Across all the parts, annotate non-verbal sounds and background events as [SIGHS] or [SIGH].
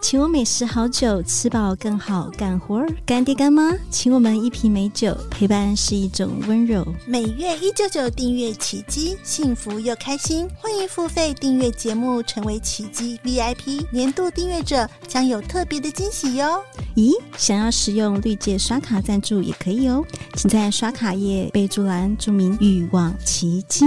请我美食好酒，吃饱更好干活儿。干爹干妈，请我们一瓶美酒，陪伴是一种温柔。每月一九九订阅奇迹，幸福又开心。欢迎付费订阅节目，成为奇迹 VIP 年度订阅者，将有特别的惊喜哟。咦，想要使用绿界刷卡赞助也可以哦，请在刷卡页备注栏注明“欲望奇迹”。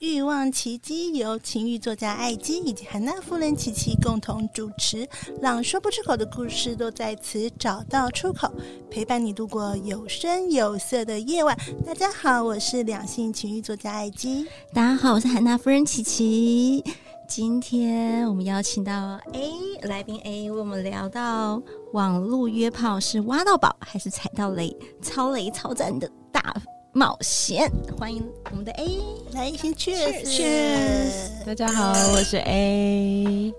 《欲望奇迹》由情欲作家艾姬以及韩娜夫人琪琪共同主持，让说不出口的故事都在此找到出口，陪伴你度过有声有色的夜晚。大家好，我是两性情欲作家艾姬。大家好，我是韩娜夫人琪琪。今天我们邀请到 A 来宾 A，为我们聊到网络约炮是挖到宝还是踩到雷，超雷超赞的大冒险。欢迎我们的 A，来，先 Cheers cheers，cheers。大家好，我是 A。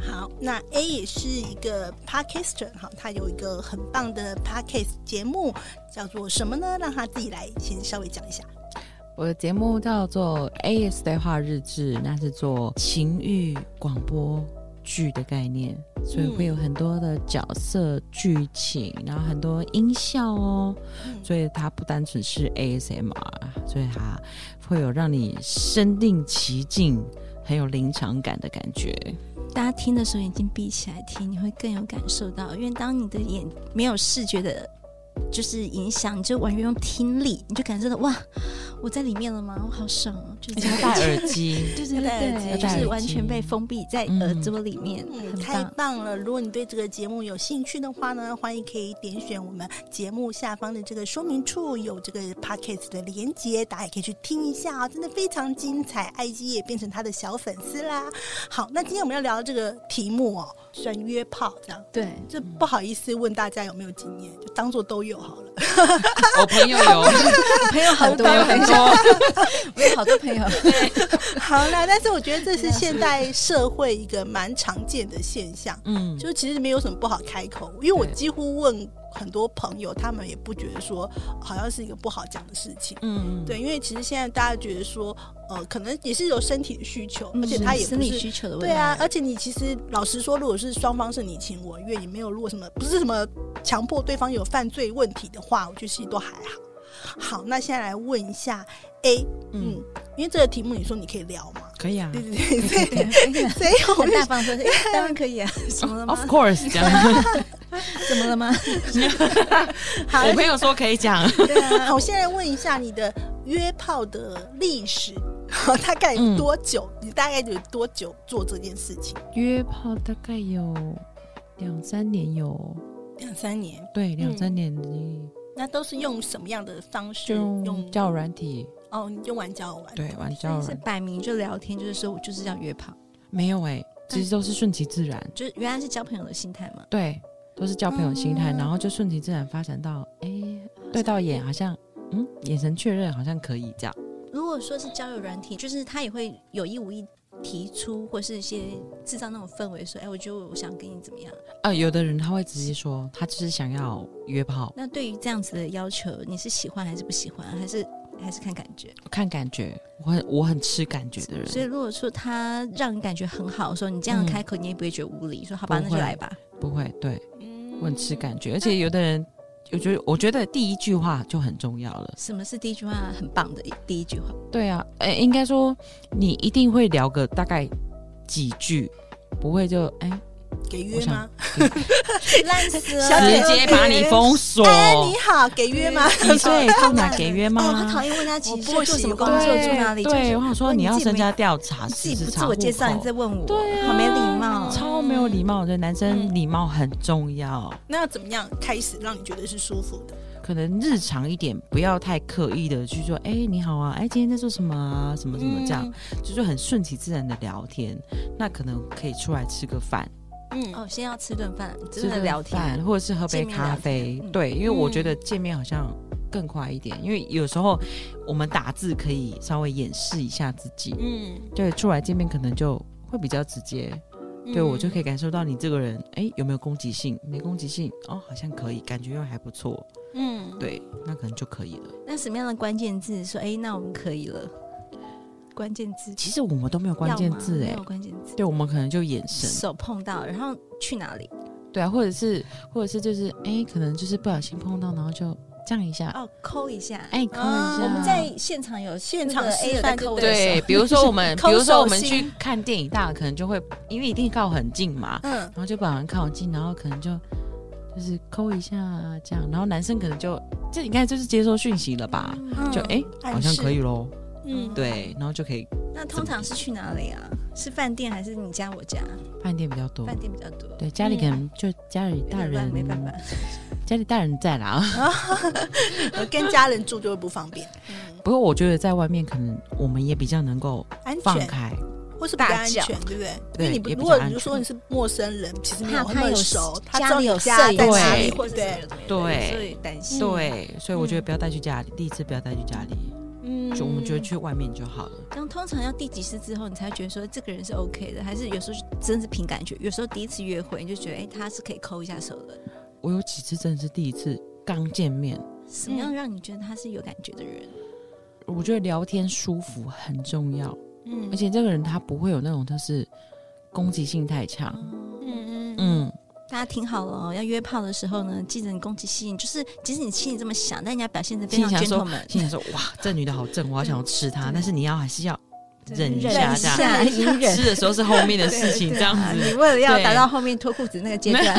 好，那 A 也是一个 podcaster 哈，他有一个很棒的 podcast 节目，叫做什么呢？让他自己来先稍微讲一下。我的节目叫做 A S 对话日志，那是做情欲广播剧的概念，所以会有很多的角色剧情，然后很多音效哦，嗯所以它不单只是 A S M R，所以它会有让你身临其境，很有临场感的感觉。大家听的时候眼睛闭起来听，你会更有感受到，因为当你的眼没有视觉的。就是影响，你就完全用听力，你就感受到哇，我在里面了吗？我好爽哦、就是这要样戴耳机，对对戴耳机对，要就戴耳是机完全被封闭在嗯耳朵里面，嗯，很太棒。棒了！如果你对这个节目有兴趣的话呢，欢迎可以点选我们节目下方的这个说明处有这个 podcast 的连接，大家也可以去听一下啊、真的非常精彩。艾姬也变成他的小粉丝啦。好，那今天我们要聊这个题目哦，虽然约炮这样， [LAUGHS] 对，这不好意思问大家有没有经验，就当做都有好了。我朋友有，朋友好多，朋友很多， [LAUGHS] 我有好多朋友。 [LAUGHS] 好啦，但是我觉得这啊是现代社会一个蛮常见的现象。嗯，就其实没有什么不好开口，因为我对几乎问很多朋友，他们也不觉得说好像是一个不好讲的事情。嗯，对，因为其实现在大家觉得说，呃，可能也是有身体的需求，而且嗯他也生不理是。需求的问题。对啊，，而且你其实老实说，如果是双方是你情我愿，也没有如果什么不是什么强迫对方有犯罪问题的话，我觉得其实都还好。好，那现在来问一下 A，嗯，嗯，因为这个题目你说你可以聊嘛？可以啊对对对，所以 [LAUGHS] 所以我很们大方 [LAUGHS] 说，哎当然可以啊，怎么了，Of 吗？ [LAUGHS] [LAUGHS] course，这样。怎么了吗？好我朋友说可以讲，对 [LAUGHS] 啊，我现在问一下你的约炮的历史，大概多久？你大概有多久做这件事情？约炮大概有两三年有，两三年，对，两嗯三年的那都是用什么样的方式？就用交友软体，哦，你用玩交友玩，对，玩交友但是软摆明就聊天，就是说我就是要约炮，没有哎、其实都是顺其自然，就是原来是交朋友的心态嘛。对，都是交朋友心态，嗯然后就顺其自然发展到哎、对到眼，好像嗯眼神确认好像可以这样，如果说是交友软体，就是他也会有意无意提出，或是一些制造那种氛围，说，哎，我觉得我想跟你怎么样。啊，有的人他会直接说他就是想要约炮，那对于这样子的要求，你是喜欢还是不喜欢，还是还是看感觉？看感觉，我很我很吃感觉的所以人，如果说他让你感觉很好的时候，你这样嗯开口，你也不会觉得无理，说好吧，不那会就来吧。不会，对嗯我很吃感觉，而且有的人。我觉得，我觉得第一句话就很重要了。什么是第一句话很棒的第一句 [LAUGHS] 话？对啊，哎、应该说你一定会聊个大概几句，不会就哎、给约吗？烂死了！小姐直接把你封锁。哎，呃你好，给约吗？几岁住哪给约哦，吗他？讨厌问他几我岁不做什么喜工欢作，对住哪里，就是对，我想说你要身家调查，你自己是不是自查我介绍，你户口在问我，对啊好没礼貌。超没嗯有礼貌，我觉得男生礼貌很重要。那要怎么样开始让你觉得是舒服的？可能日常一点，不要太刻意的去说，哎、你好啊，哎、今天在做什么啊，什么什么这样，就是很顺其自然的聊天。那可能可以出来吃个饭，嗯，嗯，哦，先要吃顿饭，吃真的顿聊饭天，或者是喝杯见面咖聊天啡。嗯对，因为我嗯觉得见面好像更快一点，因为有时候我们打字可以稍微掩饰一下自己，嗯，对，出来见面可能就会比较直接。对嗯我就可以，以感受到你这个人，哎，有没有攻击性？没攻击性哦，好像可以，感觉又还不错。嗯，对，那可能就可以了。那什么样的关键字说，哎，那我们可以了？关键字其实我们都没有关要键吗字没哎有，关键字，对我们可能就眼神，手碰到，然后去哪里？对啊，或者是或者是就是哎，可能就是不小心碰到，然后就这样一下，哦，抠一下。啊哎，抠一啊下。我们在现场有现场那个示 A 范在就抠我的手对，比如说 [LAUGHS] 我们比抠如说我手们去心看电影，大家可能就会因为一定靠很近嘛，嗯然，后就把人靠近，然后可能就就是抠一下啊这样，然后男生可能就这应该就是接收讯息了吧，嗯就哎、暗好像示可以喽，嗯，对，然后就可以那通常是去哪里啊？是饭店还是你家我家？饭店比较多饭，店比较多。对，家里嗯可能就家里大人没办法，没办法家里大人在啦，呃跟家人住就会不方便，嗯， [LAUGHS] 不过我觉得在外面可能我们也比较能够安放全开，或是比较大安叫全，对不对？对因为你不也比如较果安你就全说你是陌生人，其实没有怕他很有熟，他知家道里你有家摄在影哪对里，机或者什么对有，的没的对所以担心。对，所以我觉得嗯不要带去家里，第一次不要带去家里，嗯就我们觉得去外面就好了。当通常要第几次之后，你才觉得说这个人是 OK 的，还是有时候真是凭感觉，有时候第一次约会你就觉得，哎、他是可以抠一下手的。我有几次真的是第一次刚见面，什嗯么样让你觉得他是有感觉的人？我觉得聊天舒服很重要，嗯而且这个人他不会有那种就是攻击性太强，嗯嗯嗯，大家听好了哦，要约炮的时候呢，记得你攻击性，就是即使你心里这么想，但你要表现的非常心想说 gentleman，心想说哇，这女的好正，我好想要吃她，但是你要还是要忍一嗯忍下一这样。下隐忍吃的时候是后面的事情，对这样啊你子。为了要对达到后面脱裤子那个阶段，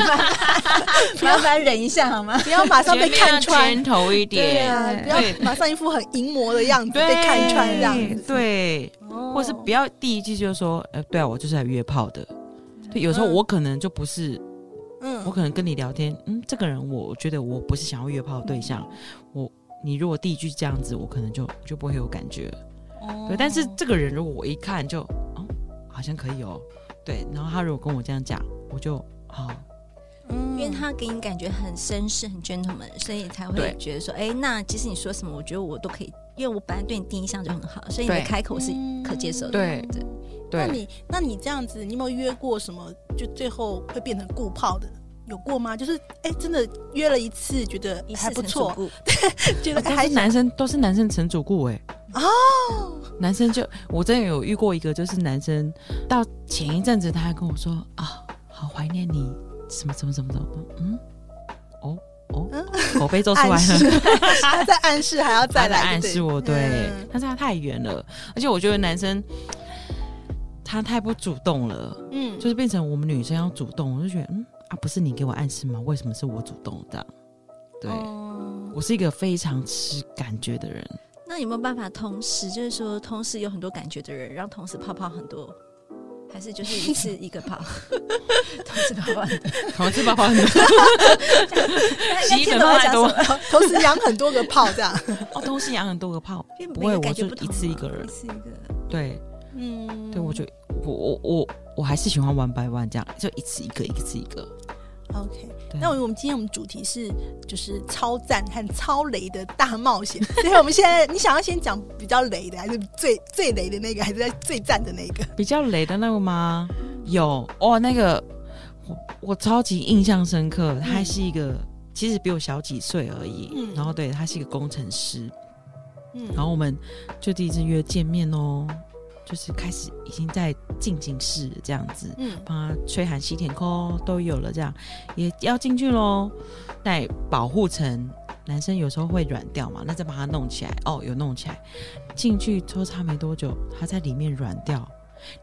[LAUGHS] 麻烦忍一下好吗？不要马上被前面要看穿，拳头一对点，啊，对不要对马上一副很淫魔的样子对，被看穿这样子，对，哦或是不要第一句就说，呃，对啊，我就是来约炮的。对，有时候嗯我可能就不是，嗯我可能跟你聊天，嗯，这个人我我觉得我不是想要约炮的对象，嗯我你如果第一句这样子，我可能就就不会有感觉了。哦对，但是这个人如果我一看就，哦，好像可以哦，对，然后他如果跟我这样讲，我就好，嗯因为他给你感觉很绅士、很 gentleman，所以你才会对觉得说，哎、那即使你说什么，我觉得我都可以，因为我本来对你第一印象就很好，所以你的对开口是可接受的。对那对你那你这样子，你有没有约过什么？就最后会变成固炮的？有过吗？就是哎、真的约了一次，觉得一还次不成错主，顾，觉得都还哦是男生都是男生成主顾哎、哦，男生就我真的有遇过一个，就是男生到前一阵子他还跟我说啊，好怀念你，什么什么什么什么，嗯，哦哦，口碑做出来嗯暗示 [LAUGHS] 了，，他在暗示还要再 [LAUGHS] 他在来，暗示我，对嗯，但是他太远了，而且我觉得男生他太不主动了，嗯，就是变成我们女生要主动，我就觉得嗯啊，不是你给我暗示吗？为什么是我主动的？对，哦我是一个非常吃感觉的人。那有没有办法同时，就是说同时有很多感觉的人，让同时泡泡很多？还是就是一次一个泡， [LAUGHS] 同时泡泡很 [LAUGHS] 多，同志包包很多，洗衣 [LAUGHS] 粉应该听懂我在放太讲多什么， [LAUGHS] 同时养很多个炮这样，哦，同时养很多个泡，因为不每会，个我感觉就不一同次一嘛个人一，次一个。对嗯，对，我就我我我我还是喜欢玩白玩这样，就一次一个，一次一个。 OK。对那我们今天我们主题是就是超赞和超雷的大冒险，所以我们现在你想要先讲比较雷的，还是最最雷的那个，还是最赞的那个？比较雷的那个吗？有哦，那个我我超级印象深刻，他是一个、其实比我小几岁而已，嗯然后对他是一个工程师，嗯，然后我们就第一次约见面哦，就是开始已经在进行式了这样子，嗯帮他吹寒吸舔抠都有了，这样也要进去喽。戴保护层，男生有时候会软掉嘛，那再把它弄起来。哦，有弄起来，进去抽插没多久，它在里面软掉，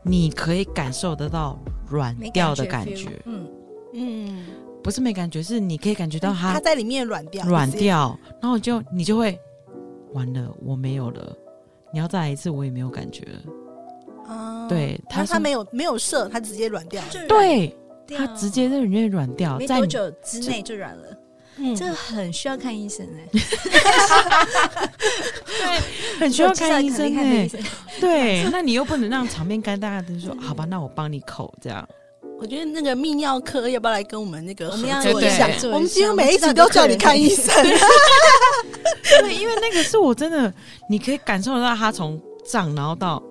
你可以感受得到软没掉的感 feel 觉，嗯，嗯，不是没感觉，是你可以感觉到它它在里面软掉，软直接掉，嗯然后就你就会完了，我没有了。你要再来一次，我也没有感觉了。啊，对，他他他说没有没有射，他直接软掉了。哦就软对，掉他直接在里面软掉，没在多你久之内就软了，嗯这很需要看医生哎、很需要我至少看 [LAUGHS] 医肯定生看哎、医 [LAUGHS] 生。对，那你又不能让场面尴尬的说，好吧，那我帮你口这样。我觉得那个泌尿科要不要来跟我们那个我合们要作一下对？对我们几乎做一下每一集都叫你看医生，啊对，因为那个是我真的，你可以感受到他从胀，然后到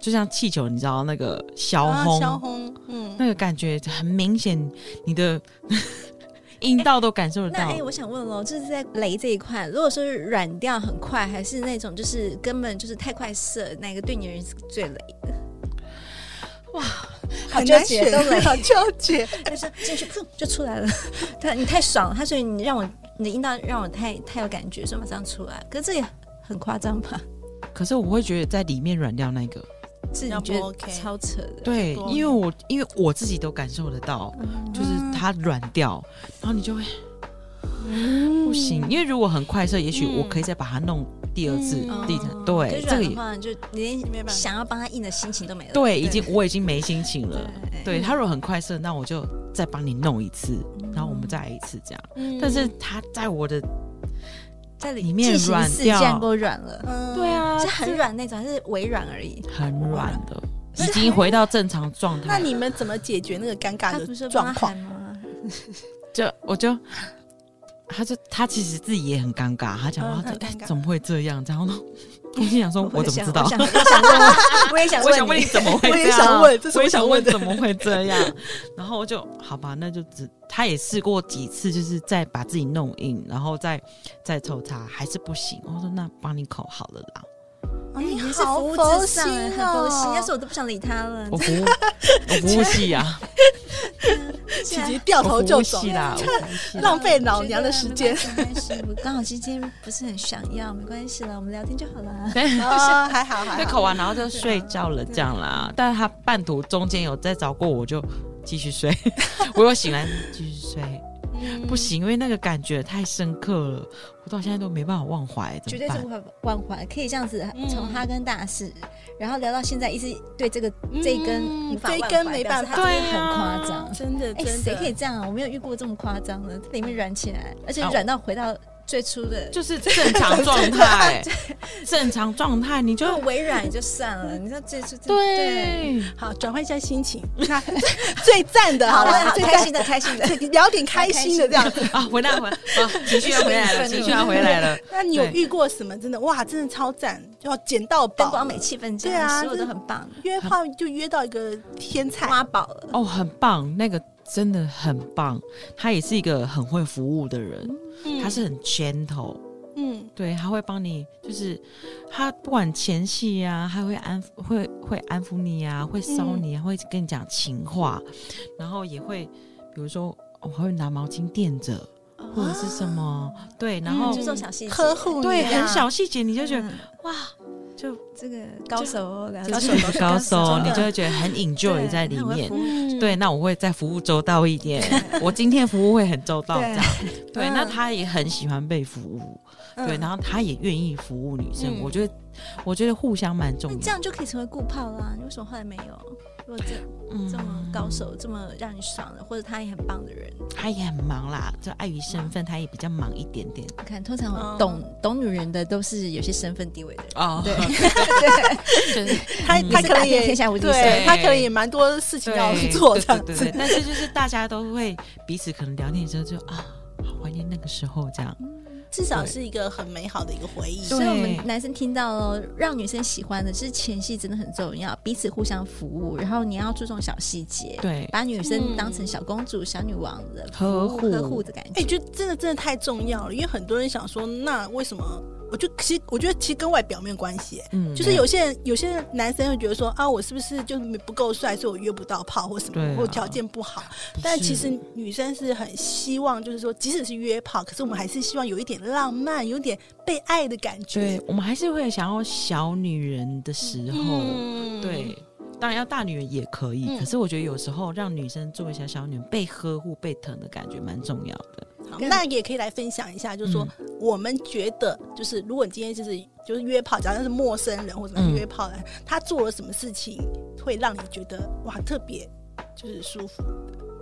就像气球，你知道那个消啊烘，消烘，嗯，那个感觉很明显，你的阴道都感受得那到。哎、我想问喽，就是在雷这一块，如果说是软掉很快，还是那种就是根本就是太快射，哪个对你而言是最雷的？很难纠结选都 [LAUGHS] 来，好纠结。但是进去噗就出来了，他你太爽了，他所以你让我你的阴道让我太太有感觉，所以马上出来。可是这也很夸张吧？可是我会觉得在里面软掉那个，是你要不觉得 OK 超扯的，对多，因为我因为我自己都感受得到，就是它软掉，然后你就会不行，因为如果很快射，也许嗯我可以再把它弄第二次、嗯第三，对，哦就软这个的也话，就你没办连法想要帮他硬的心情都没了。对，已经我已经没心情了。对对他如果很快射，那我就再帮你弄一次，然后我们再来一次这样。嗯但是他在我的在里面进行软四掉见过软了，嗯对，啊是，很软那种，还是微软而已？很软的，是已经回到正常状那态。你们怎么解决那个尴尬他不是的帮状他况喊？吗？就我就，他就他其实自己也很尴尬，他讲嗯话就很哎尴尬怎么会这样？然后呢，我心想说，我怎么知道我？想我想问我，我也想我想问你你，怎么 [LAUGHS] 会我也这样？想问这是我我也想想问问的怎么会这样？然后我就好吧，那就只他也试过几次，就是再把自己弄硬，然后再再抽插，还是不行。我说那帮你口好了啦，啊哦哎你是好服务佛至上，哎心很佛心。哦要是我都不想理他了我，服务我服务 [LAUGHS] 系啊，既直然接掉头我服就务走系，啦，我服务系啦浪费 [LAUGHS] 老娘的时间。没关系，没关系我刚好今天不是很想要，没关系了，我们聊天就好了。啊，还好还对，好。口完然后就睡觉了这样啦。但是他半途中间有再找过我，就继续睡， [LAUGHS] 我又醒来继续睡，嗯不行，因为那个感觉太深刻了，我到现在都没办法忘怀，绝怎么对是无办？法忘怀，可以这样子嗯从哈根达斯，然后聊到现在，一直对这个嗯这一根无法这一忘根怀没表示办法它真的对很啊夸张。真的哎，真谁可以的，这样啊？我没有遇过这么夸张的，这里面软起来，而且啊软到回到最初的，就就是正常状态，正常状态你就微软也就算了，你知道最初真的对，好转换一下心情。那 [LAUGHS] 最赞的，好了，最开心赞的，开心 [LAUGHS] 的。的，聊点开心的这样。啊，回来回来，啊，情绪要回来了，兴奋情绪要回来了。那你有对遇过什么真的哇，真的超赞，就要捡到灯宝，光美，气氛佳，对啊所有这都很棒，约炮就约到一个天才，挖宝了。哦，很棒，那个真的很棒，他也是一个很会服务的人，嗯他是很 gentle，嗯对，他会帮你，就是他不管前戏啊，他会安抚会会安抚你啊，会搔你啊，会跟你讲情话，然后也会比如说我会拿毛巾垫着或者是什么，对，然后、就这种小细节，呵护你对啊很小细节，你就觉得、嗯哇，就这个高手哦，了解高手就是高手， [LAUGHS] 真你的就会觉得很 enjoy 在里很会面服。嗯对，那我会再服务周到一点， [LAUGHS] 我今天服务会很周到这啊样。对，嗯那他也很喜欢被服务，对，嗯然后他也愿意服务女嗯生，我觉得，我觉得互相蛮重那要。这样就可以成为顾炮啦。你为什么后来没有？如果这嗯这么高手，这么让你爽的，或者他也很棒的人，他也很忙啦，就碍于身份，他也比较忙一点点。你看，通常嗯懂懂女人的都是有些身份地位的人。哦， [LAUGHS] 对，他嗯他可能遍也天下无敌手对对他可能也蛮多事情要对做对这样对子对。对但是就是大家都会彼此可能聊天的时候就啊，好怀念那个时候这样。至少是一个很美好的一个回忆。对所以我们男生听到了，让女生喜欢的是前戏真的很重要，彼此互相服务，然后你要注重小细节，对，把女生当成小公主、小女王的服务呵护呵护的感哎、觉。就真的真的太重要了，因为很多人想说，那为什么？我就其实我觉得其实跟外表没有关系、嗯就是有些人有些男生会觉得说啊，我是不是就是不够帅，所以我约不到炮或什么，对啊或条件不好。不但其是实女生是很希望，就是说即使是约炮，可是我们还是希望有一点浪漫，有点被爱的感觉对。我们还是会想要小女人的时候，嗯对。当然要大女人也可以，嗯可是我觉得有时候让女生做一下小女人被呵护、被疼的感觉蛮重要的。好跟啊哎那也可以来分享一下，就是说、嗯我们觉得，就是如果你今天就是就是约炮，假如是陌生人或者嗯约炮人，他做了什么事情会让你觉得哇特别就是舒服？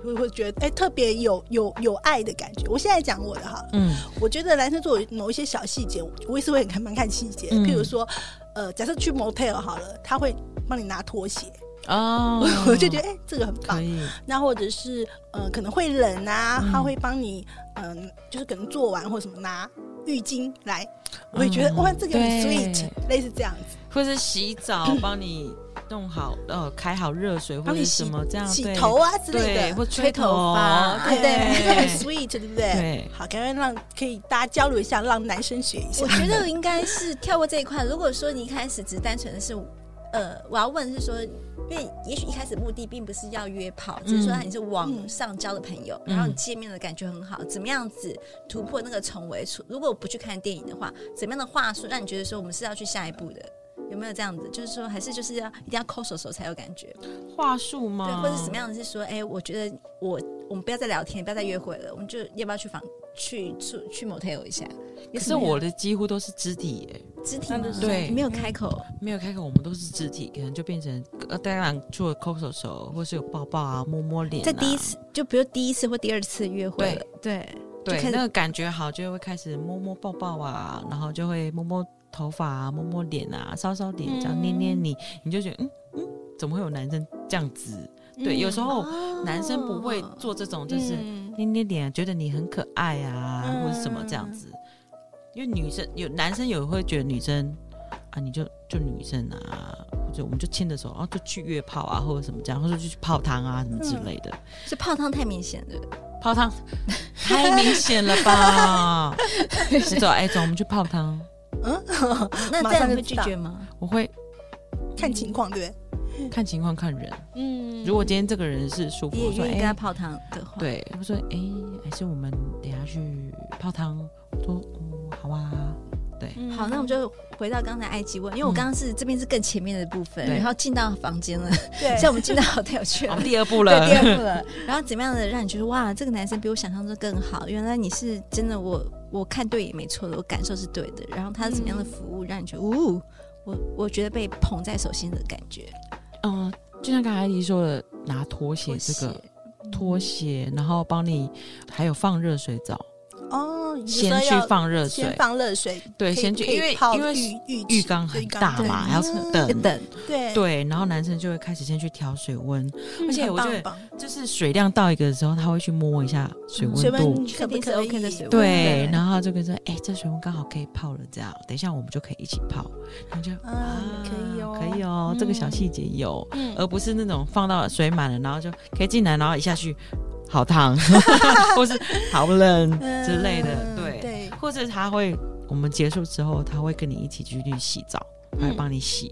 会会觉得哎、特别有有有爱的感觉。我现在讲我的哈，嗯我觉得男生做某一些小细节，我也是会很看蛮看细节的。嗯譬如说，呃，假设去 motel 好了，他会帮你拿拖鞋，哦 [LAUGHS] [LAUGHS] 我就觉得哎、这个很棒可。以，那或者是呃，可能会冷啊，嗯他会帮你，嗯、就是可能做完或什么拿浴巾来，我也觉得、嗯哇，这个很对 sweet，类似这样子， [LAUGHS] 或是洗 [LAUGHS] 澡帮你弄好，呃，开好热水或帮者你什洗么这样洗对头啊之类对，的。或吹头头发对，这 [LAUGHS] 很对， sweet，对不对？对好，赶快让可以大家交流一下，让男生学一下嗯我。觉得应该是跳过这一块。如果说你一开始只单纯的是，呃，我要问的是说，因为也许一开始目的并不是要约炮，只是说你是网上交的朋友，嗯然后你见面的感觉很好，怎么样子突破那个重围？除如果我不去看电影的话，怎么样的话术让你觉得说我们是要去下一步的？有没有这样子？就是说，还是就是要一定要抠手手才有感觉，话术对，吗？或者怎么样？是说，哎、我觉得我我们不要再聊天，不要再约会了，我们就要不要去房去去去 motel 一下？有可什是么我的几乎都是肢体、欸，肢体吗那就是嗯对没有开口，没有开口，我们都是肢体，可能就变成呃，当然除了抠手手，或是有抱抱啊，摸摸脸、啊，在第一次就比如第一次或第二次约会了，对，就对开始那个感觉好，就会开始摸摸抱抱啊，然后就会摸摸头发啊，摸摸脸啊，搔搔脸，嗯这样捏捏你，你就觉得嗯嗯，怎么会有男生这样子？对，有时候哦男生不会嗯做这种，就是嗯捏捏脸、啊，觉得你很可爱啊，嗯或者什么这样子。因为女生有男生有会觉得女生啊，你就就女生啊，或者我们就牵着手，然、后哦就去约炮啊，或者什么这样，或者就去泡汤啊什么之类的。是泡汤太明显了，[LAUGHS] 泡汤太明显了吧？是走，哎，走，我们去泡汤。那马这上样你就会知拒道绝吗？我会看情况，对不对？看情况看人，嗯如果今天这个人是舒服，你我也说愿意跟他哎，泡汤的话，，对，我说哎，还是我们等一下去泡汤。我说嗯，好啊。好，那我们就回到刚才埃及问，因为我嗯刚刚是这边是更前面的部分，对然后进到房间了， [LAUGHS] 对，像我们进到 hotel 去我了们。第二步对了，第二步了，然后怎么样的让你觉得哇，这个男生比我想象中更好？原来你是真的我，我看对也没错的，我感受是对的。然后他怎么嗯样的服务让你觉得，呜、我我觉得被捧在手心的感觉？嗯，就像刚才姨说的，拿拖鞋妥这协个嗯拖鞋，然后帮你还有放热水澡，哦，有时先候去要放热先水，放热水，对，可以先去，可以因为泡因为浴浴浴池缸很大对嘛，还要嗯要等。等，对，对，然后男生就会开始先去调水温，嗯而且很我觉棒得很棒就是水量到一个的时候，他会去摸一下水温水度，温可嗯肯不定是可以 OK 的水温对对，然后就跟说，哎、这水温刚好可以泡了，这样，等一下我们就可以一起泡，然后就啊可以哦可以哦，这个小细节有，嗯而不是那种放到水满了，然后就可以进来，然后一下去好 [LAUGHS] 烫，或是好冷之类的，嗯对，对，或者他会，我们结束之后，他会跟你一起去去洗澡，他会嗯帮你洗，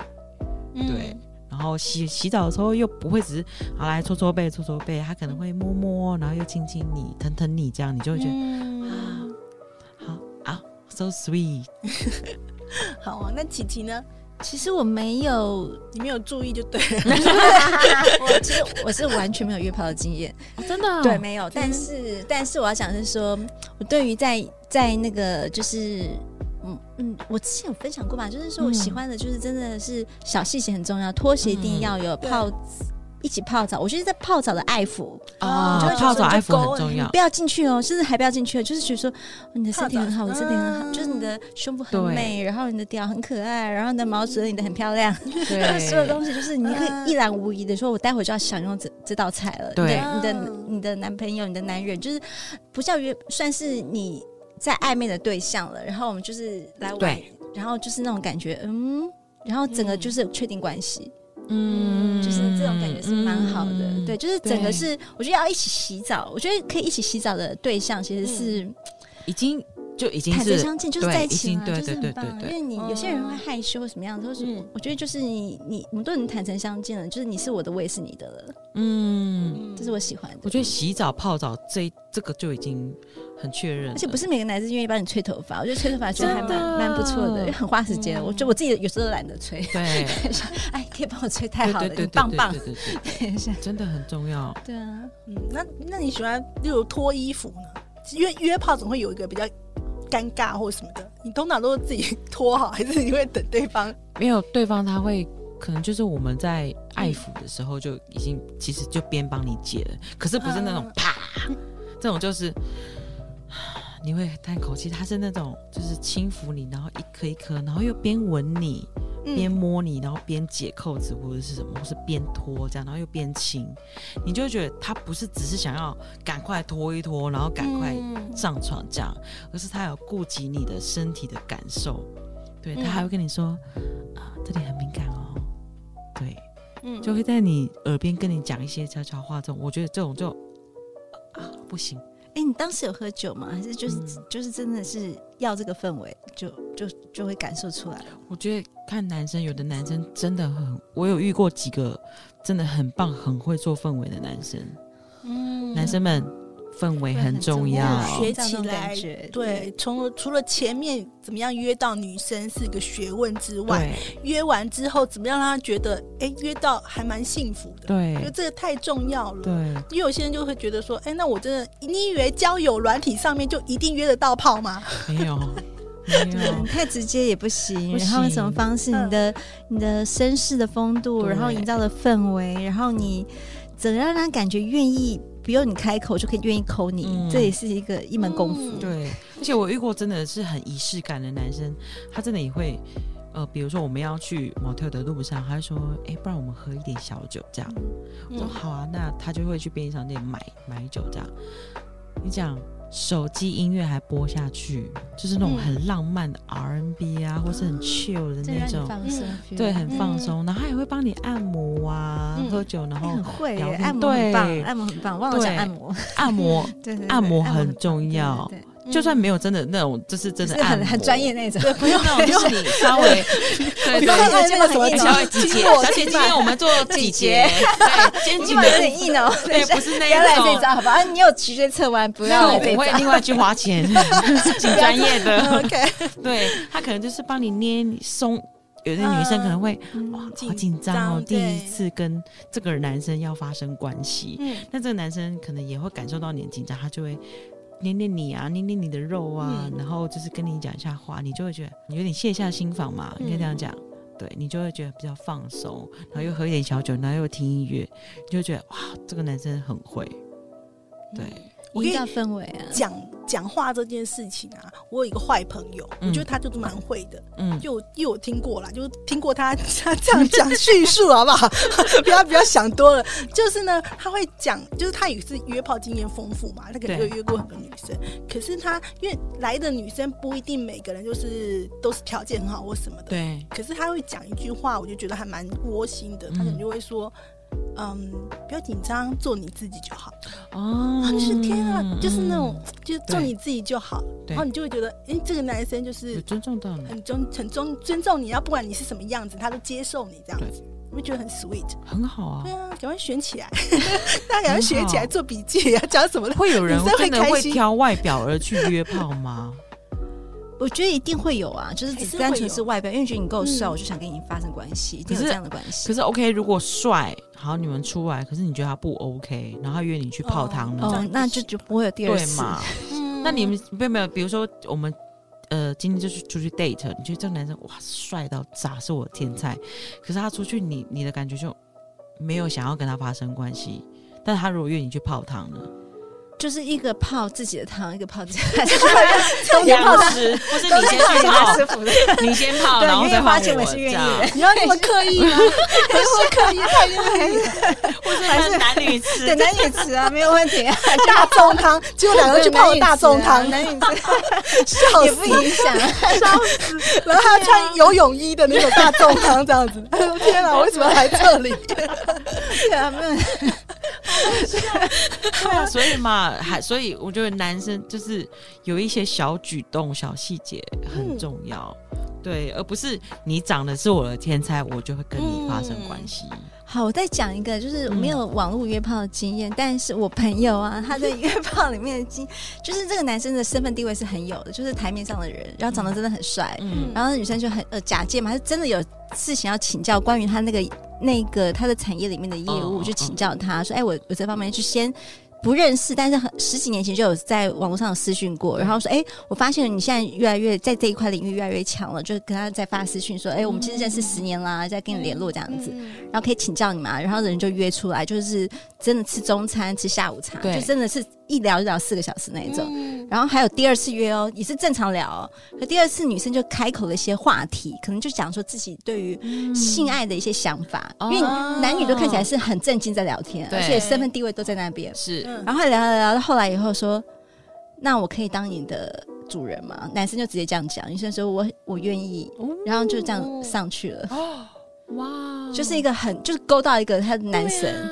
嗯对，然后洗洗澡的时候又不会只是好来搓搓背搓搓背，他可能会摸摸，然后又亲亲你、疼疼你，这样你就会觉得、嗯好啊，so sweet。好啊。那琪琪呢？其实我没 [LAUGHS] 有，你没有注意就对了。我其实我是完全没有约哦炮的经验，哦真的、对，，没有。但是但是我要讲的是说，我对于在在那个就是。嗯嗯，我之前有分享过吧，就是说我嗯喜欢的，就是真的是小细节很重要，拖鞋一定要有，对泡一起泡澡，我觉得在泡澡的爱抚，哦啊、就会觉得泡说澡爱就抚勾很重要不。要进去哦，甚至还不要进去哦，就是觉得说你的身体很好，泡我澡的身体很好，嗯就是你的胸部很对美，然后你的屌很可爱，然后你的毛折你的很漂亮， [LAUGHS] 对，所有东西就是你可嗯以一览无遗的说，我待会就要享用这这道菜了。对你的你的嗯你的男朋友、你的男人，就是不叫约，算是你在暧昧的对象了。然后我们就是来玩对，然后就是那种感觉，嗯，然后整个就是确定关系，嗯就是这种感觉是蛮好的。嗯对，就是整对个是我觉得要一起洗澡，我觉得可以一起洗澡的对象其实是嗯已经就已经坦诚是相见，就是对在一起已嘛，经对就是对很对棒啊。因对对为你有些人会害羞或什么样，都是嗯我觉得就是你你我们都很坦诚相见了，就是你是我的，我也是你的了，嗯，嗯这是我喜欢我的。觉得洗澡泡澡这这个就已经很确认了，而且不是每个男生愿意帮你吹头发，我觉得吹头发觉得还蛮真的嗯蛮不错的，因为很花时间。我觉得我自己有时候都懒得吹，对，哎，可以帮我吹 [LAUGHS] 太好了，对对对你棒棒对。对对对 [LAUGHS] 等一下对真的很重要。对啊，嗯，那那你喜欢例如脱衣服呢？约约炮总会有一个比较尴尬或什么的，你通常都是自己脱好，还是你会等对方？没有对方他会可能就是我们在爱抚的时候就已经其实就边帮你解了，可是不是那种嗯啪，这种就是 [SIGHS] 你会叹口气，它是那种就是轻抚你，然后一颗一颗，然后又边吻你边嗯摸你，然后边解扣子或者是什么，或是边拖这样，然后又边亲，你就会觉得他不是只是想要赶快拖一拖，然后赶快嗯上床这样，而是他有顾及你的身体的感受，对嗯他还会跟你说啊，这里很敏感哦，对，嗯就会在你耳边跟你讲一些悄悄话这种，我觉得这种就啊不行，哎、你当时有喝酒吗？还是就是、嗯就是真的是要这个氛围，就就就会感受出来？我觉得看男生，有的男生真的很，我有遇过几个真的很棒、很会做氛围的男生，嗯男生们氛围哎很重要，学这样起那种感来觉嗯对，除了除了前面怎么样约到女生是个学问之外，对约完之后怎么样让她觉得，哎、约到还蛮幸福的，因为对这个太重要了。对，因为有些人就会觉得说，哎、那我真的，你以为交友软体上面就一定约得到炮吗？没有没对，有你，太直接也不行。不然后用什么行方式？嗯你的你的绅士的风度，对然后营造的氛围，然后你怎么样让人感觉愿意不用你开口就可以愿意抠你？嗯这也是一个一门功夫。嗯对，而且我遇过真的是很仪式感的男生，他真的也会。呃，比如说我们要去 motel 的路上，他就说：“哎、不然我们喝一点小酒这样。”我说嗯好啊，那他就会去便利商店买买酒这样。你讲手机音乐还播下去，就是那种嗯很浪漫的 R&B 啊，或是很 chill 的这那让你种，放松嗯，对，很嗯放松。然后他也会帮你按摩啊，嗯喝酒，然哎后很会耶，聊天按摩很棒，啊按摩很棒，忘对了讲对按摩， [LAUGHS] 按摩，对对对，按摩对很重要对嗯对就算没有真的那种，就是真对的嗯是按很摩很专业，那种，不用那种， [LAUGHS] 就是 [LAUGHS] 你稍微对不要对。按那个什么对小姐姐，小姐，今天我们做几节？对，肩你颈们的很硬哦，等 [LAUGHS] 一对，下不是那不要来一这种。招，好吧？啊你有直接测完，不要那来我这不会招。另外去花 [LAUGHS] 钱，请专业 [LAUGHS] 的。 OK，对他可能就是帮你捏松，有的女生可能会、嗯哇好紧紧张哦，张第对一次跟这个男生要发生关系，嗯那这个男生可能也会感受到你的紧张，他就会。捏捏你啊，捏捏你的肉啊，嗯然后就是跟你讲一下话，你就会觉得你有点卸下心防嘛，嗯应该这样讲，对你就会觉得比较放松，然后又喝一点小酒，然后又听音乐，你就会觉得哇，这个男生很会，嗯对，我可以营造氛围啊，讲讲话这件事情啊，我有一个坏朋友，我嗯觉得他就是蛮会的，嗯，就因为我听过啦，就听过他 [LAUGHS] 他这样讲叙述，好不好？ [LAUGHS] 不要不要想多了。就是呢，他会讲，就是他也是约炮经验丰富嘛，他可能就对约过很多女生。可是他因为来的女生不一定每个人就是都是条件很好或什么的，对，可是他会讲一句话，我就觉得还蛮窝心的。他可能就会说：“嗯，不要紧张，做你自己就好。”哦啊，就是天啊嗯，就是那种嗯，就是做你自己就好。对然后你就会觉得，哎，这个男生就是有尊重到你，很尊很尊尊重你，然后不管你是什么样子，他都接受你这样子。我就觉得很 sweet，很好啊对。啊，赶快选起来， [LAUGHS] 大家赶快学起来很好做笔记啊，讲什么的？会有人女生会真的开会心挑外表而去约炮吗？我觉得一定会有啊，就是只还是单会纯是有外表，因为觉得你够帅，嗯我就想跟你发生关系，一定有可这是样的关系可。是 OK，如果帅，好，你们出来，可是你觉得他不 OK，然后他约你去泡汤呢？这样哦也，不那就行就不会有第二对次。嘛？嗯 [LAUGHS] 那你们有没有，比如说我们呃，今天就是出去 date，你觉得这个男生哇帅到炸，是我的天才，可是他出去你你的感觉就没有想要跟他发生关系，但他如果约你去泡汤呢？就是一个泡自己的汤，一个泡自己的都中间 [LAUGHS] 泡汤师，不是你先去泡，舒服的。你先泡，对然后因为再发换现给我我是愿意这样的你 [LAUGHS] 要这么刻意吗？还是我刻意太愿意了， [LAUGHS] 或是分男女 [LAUGHS] 吃对，男女池啊，没有问题啊。大众汤，结果两个人去泡大众汤，男女池啊笑也死不！影响。啊 [LAUGHS] 然后他穿游泳衣的那种大众汤这样子，哎呦天哪，为什么来这里？啊 [LAUGHS] 对啊，没有。对啊，所以嘛，还所以我觉得男生就是有一些小举动、小细节很重要，嗯对，而不是你长得是我的天才，我就会跟你发生关系。好，我再讲一个，就是我没嗯有网络约炮的经验，但是我朋友啊，他在约炮里面的经，就是这个男生的身份地位是很有的，就是台面上的人，然后长得真的很帅，嗯，然后那女生就很呃假借嘛，她真的有事情要请教关于她那个那个她的产业里面的业务，哦就请教他说，哎，我我这方面就先。不认识，但是很十几年前就有在网络上有私讯过，然后说，哎、我发现你现在越来越在这一块领域越来越强了，就跟他在发私讯说，哎、我们其实认识十年啦，在跟你联络这样子，嗯然后可以请教你嘛，然后人就约出来，就是真的吃中餐，吃下午茶，对就真的是一聊就聊四个小时那一种。嗯然后还有第二次约哦，也是正常聊哦。可第二次女生就开口了一些话题，可能就讲说自己对于性爱的一些想法，嗯哦因为男女都看起来是很正经在聊天，对而且身份地位都在那边。是嗯然后聊聊聊到后来以后说，那我可以当你的主人吗？男生就直接这样讲，女生说我我愿意，然后就这样上去了，哦，哇，就是一个很就是勾到一个他的男神。对啊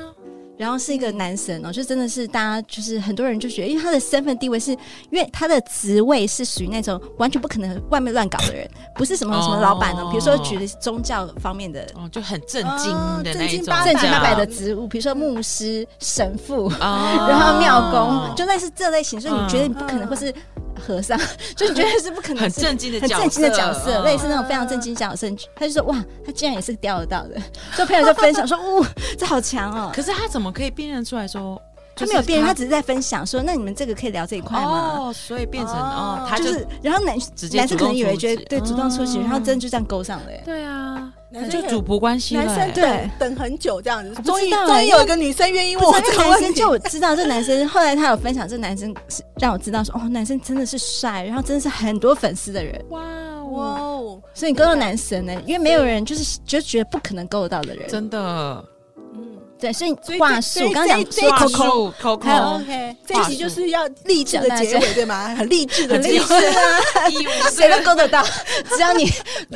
然后是一个男神哦，就真的是大家就是很多人就觉得，因为他的身份地位是，因为他的职位是属于那种完全不可能外面乱搞的人，不是什么什么老板哦哦，比如说举宗教方面的哦，就很震惊哦的正那一经种，八正经八百百的职务，比如说牧师、神父，哦然后庙哦公，就类似这类型，所以你觉得你不可嗯能会是和尚，就你觉得是不可能很是震惊的很角色，震惊的角色，嗯类似那种非常震惊角色，他就说哇，他竟然也是钓得到的，所以朋友就分享说，哇，这好强哦。可是他怎么可以辨认出来说？他就没是有辩论，他只是在分享说，那你们这个可以聊这一块吗？哦，所以变成哦哦，他就，就是然后男直接男生可能主动以为出觉得击对主动出嗯击，哦然后真的就这样勾上了耶。对啊，男生就也主仆关系了男欸，生对等等很久这样子，知道终于终欸于因为有一个女生愿意问不我是这这个个问男题生，就我知道这男生，后来他有分享，这男生是让我知道说，哦，男生真的是帅，然后真的是很多粉丝的人，哇哇哦，哦，所以你勾到男神呢，因为没有人就是就觉得不可能勾得到的人，真的嗯对，所所以以话这术，这刚刚这讲这一话口口话术术口口还有，OK，这一集就是要励志的哦讲到结这尾对吗？很励志的很结励尾志，啊，义务谁都勾得到， [LAUGHS] 只要你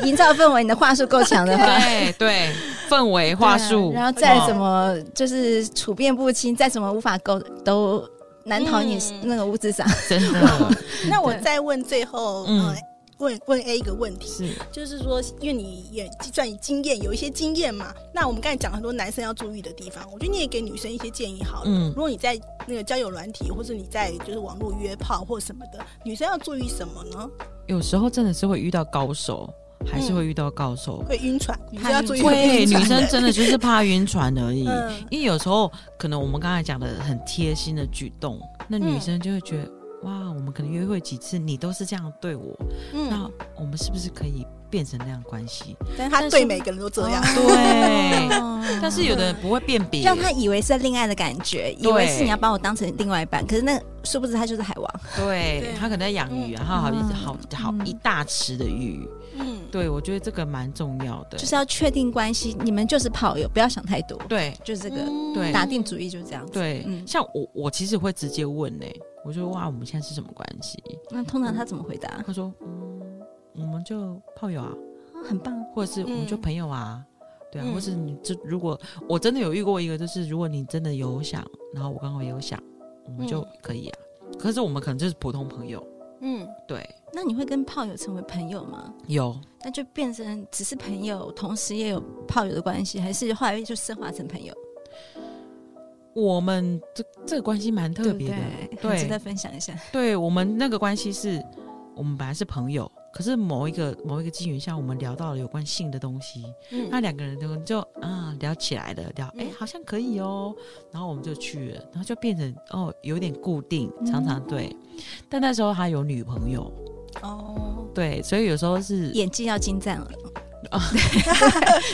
营造氛围，你的话术够 [LAUGHS] 强的话，啊对对氛围话术，对啊然后再哦怎么就是处变不惊，再怎么无法沟都难逃你嗯那个五指掌。真的 [LAUGHS] 那我再问最后，嗯呃，问问 A 一个问题，是就是说，因为你也算你经验有一些经验嘛，那我们刚才讲很多男生要注意的地方，我觉得你也给女生一些建议好了。嗯如果你在那个交友软体，或者你在就是网络约炮或什么的，女生要注意什么呢？有时候真的是会遇到高手，还是会遇到高手，会晕船，女生要注意会，晕女船生真的就是怕晕船而已。嗯因为有时候可能我们刚才讲的很贴心的举动，那女生就会觉得、哇，我们可能约会几次，你都是这样对我，那嗯，我们是不是可以变成那样关系？但是哦他对每个人都这样， [LAUGHS] 对。但但是有的人不会辨别，让他以为是在恋爱的感觉，以为是你要把我当成另外一半，可是那殊不知他就是海王。对对他可能在养鱼，然后好一啊嗯好好嗯一大池的鱼。嗯，对我觉得这个蛮重要的，就是要确定关系，你们就是炮友，不要想太多，对就是这个、嗯对打定主意就是这样子。对，嗯像我我其实会直接问呢、我说哇，我们现在是什么关系？那通常他怎么回答？他说嗯，我们就炮友啊，啊很棒，或者是我们就嗯朋友啊，对啊，嗯或是你这如果我真的有遇过一个，就是如果你真的有想，然后我刚好有想，我们就嗯可以啊。可是我们可能就是普通朋友，嗯，对，那你会跟炮友成为朋友吗？有那就变成只是朋友，同时也有炮友的关系，还是后来就升华成朋友？我们这这个关系蛮特别的，对不对，很值得对，分享一下。对我们那个关系是我们本来是朋友，可是某一个某一个机缘下，我们聊到了有关性的东西，嗯那两个人就就啊聊起来了，聊哎、嗯好像可以哦，然后我们就去了，然后就变成哦有点固定，常常嗯对。但那时候他有女朋友，哦，对，所以有时候是演技要精湛了。 [LAUGHS]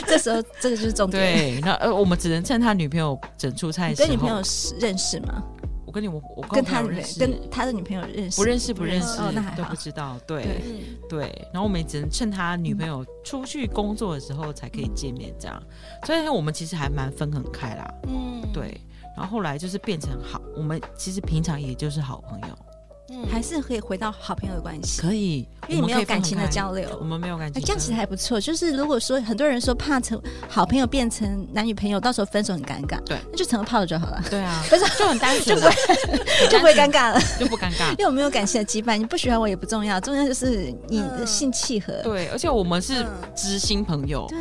这时候这个就是重点。对， [LAUGHS] 那呃我们只能趁他女朋友整出差你的时候，跟女朋友是认识吗？我跟你我我跟他他认的识，跟他的女朋友认识？不认识不认不识、哦那还都好不知道，对对嗯对然后我们也只能趁他女朋友出去工作的时候才可以见面，这样，所以我们其实还蛮分很开啦。嗯，对，然后后来就是变成好，我们其实平常也就是好朋友，嗯，还是可以回到好朋友的关系，可以，因为你我没们有可以感情的分开，交流。我们没有感哎情，这样其实还不错。就是如果说很多人说怕成好朋友变成男女朋友，到时候分手很尴尬，对，那就成了炮友就好了， [LAUGHS] 对啊，但是就很单纯就啊， [LAUGHS] [LAUGHS] 就不会尴尬了。就不尴尬 [LAUGHS] 因。为我没有感情的羁绊，你不喜欢我也不重要，重要就是你的嗯性契合。对，而且我们是嗯知心朋友，对，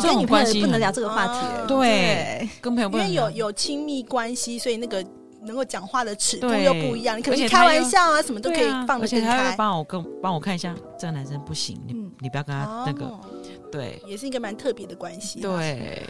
这种你跟女朋关友系也不能很聊这个话题哦了。对跟朋友不因为能有聊有亲密关系，所以那个能够讲话的尺度对又不一样，你可而且能他开玩又笑啊，什么都可以对啊放得而且更他会开。帮我跟帮我看一下这个男生不行，你嗯哦你不要跟他那个，对也是一个蛮特别的关系。，对，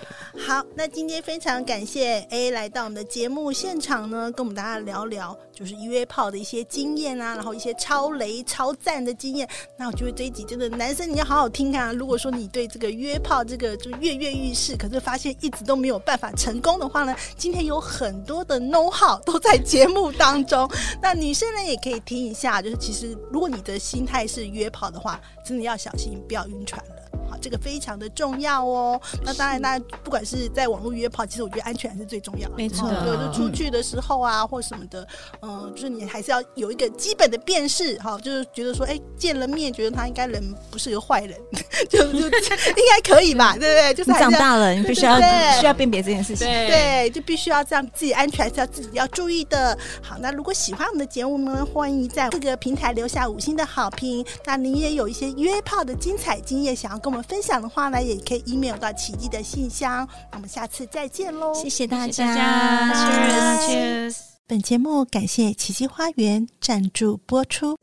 好，那今天非常感谢 A 来到我们的节目现场呢，跟我们大家聊聊就是约炮的一些经验啊，然后一些超雷超赞的经验。那我觉得这一集真的男生你要好好听啊，如果说你对这个约炮这个就跃跃欲试，可是发现一直都没有办法成功的话呢，今天有很多的 know how 都在节目当中。那女生呢也可以听一下，就是其实如果你的心态是约炮的话，真的要小心，不要晕船了。好，这个非常的重要哦。那当然，那不管是在网络约炮，其实我觉得安全还是最重要的。没错对，就出去的时候啊，或什么的，嗯、就是你还是要有一个基本的辨识，哈，就是觉得说，哎，见了面，觉得他应该人不是个坏人， [LAUGHS] 就就应该可以吧，对不对？就是你还是长要大了，你必须要对需要辨别这件事情。对，就必须要这样，自己安全还是要自己要注意的。好，那如果喜欢我们的节目呢，欢迎在各个平台留下五星的好评。那您也有一些约炮的精彩经验想要跟我们分享的话呢，也可以 email 到奇迹的信箱。那我们下次再见喽！谢谢大谢家谢大家 Cheers ，Cheers。本节目感谢奇迹花园赞助播出。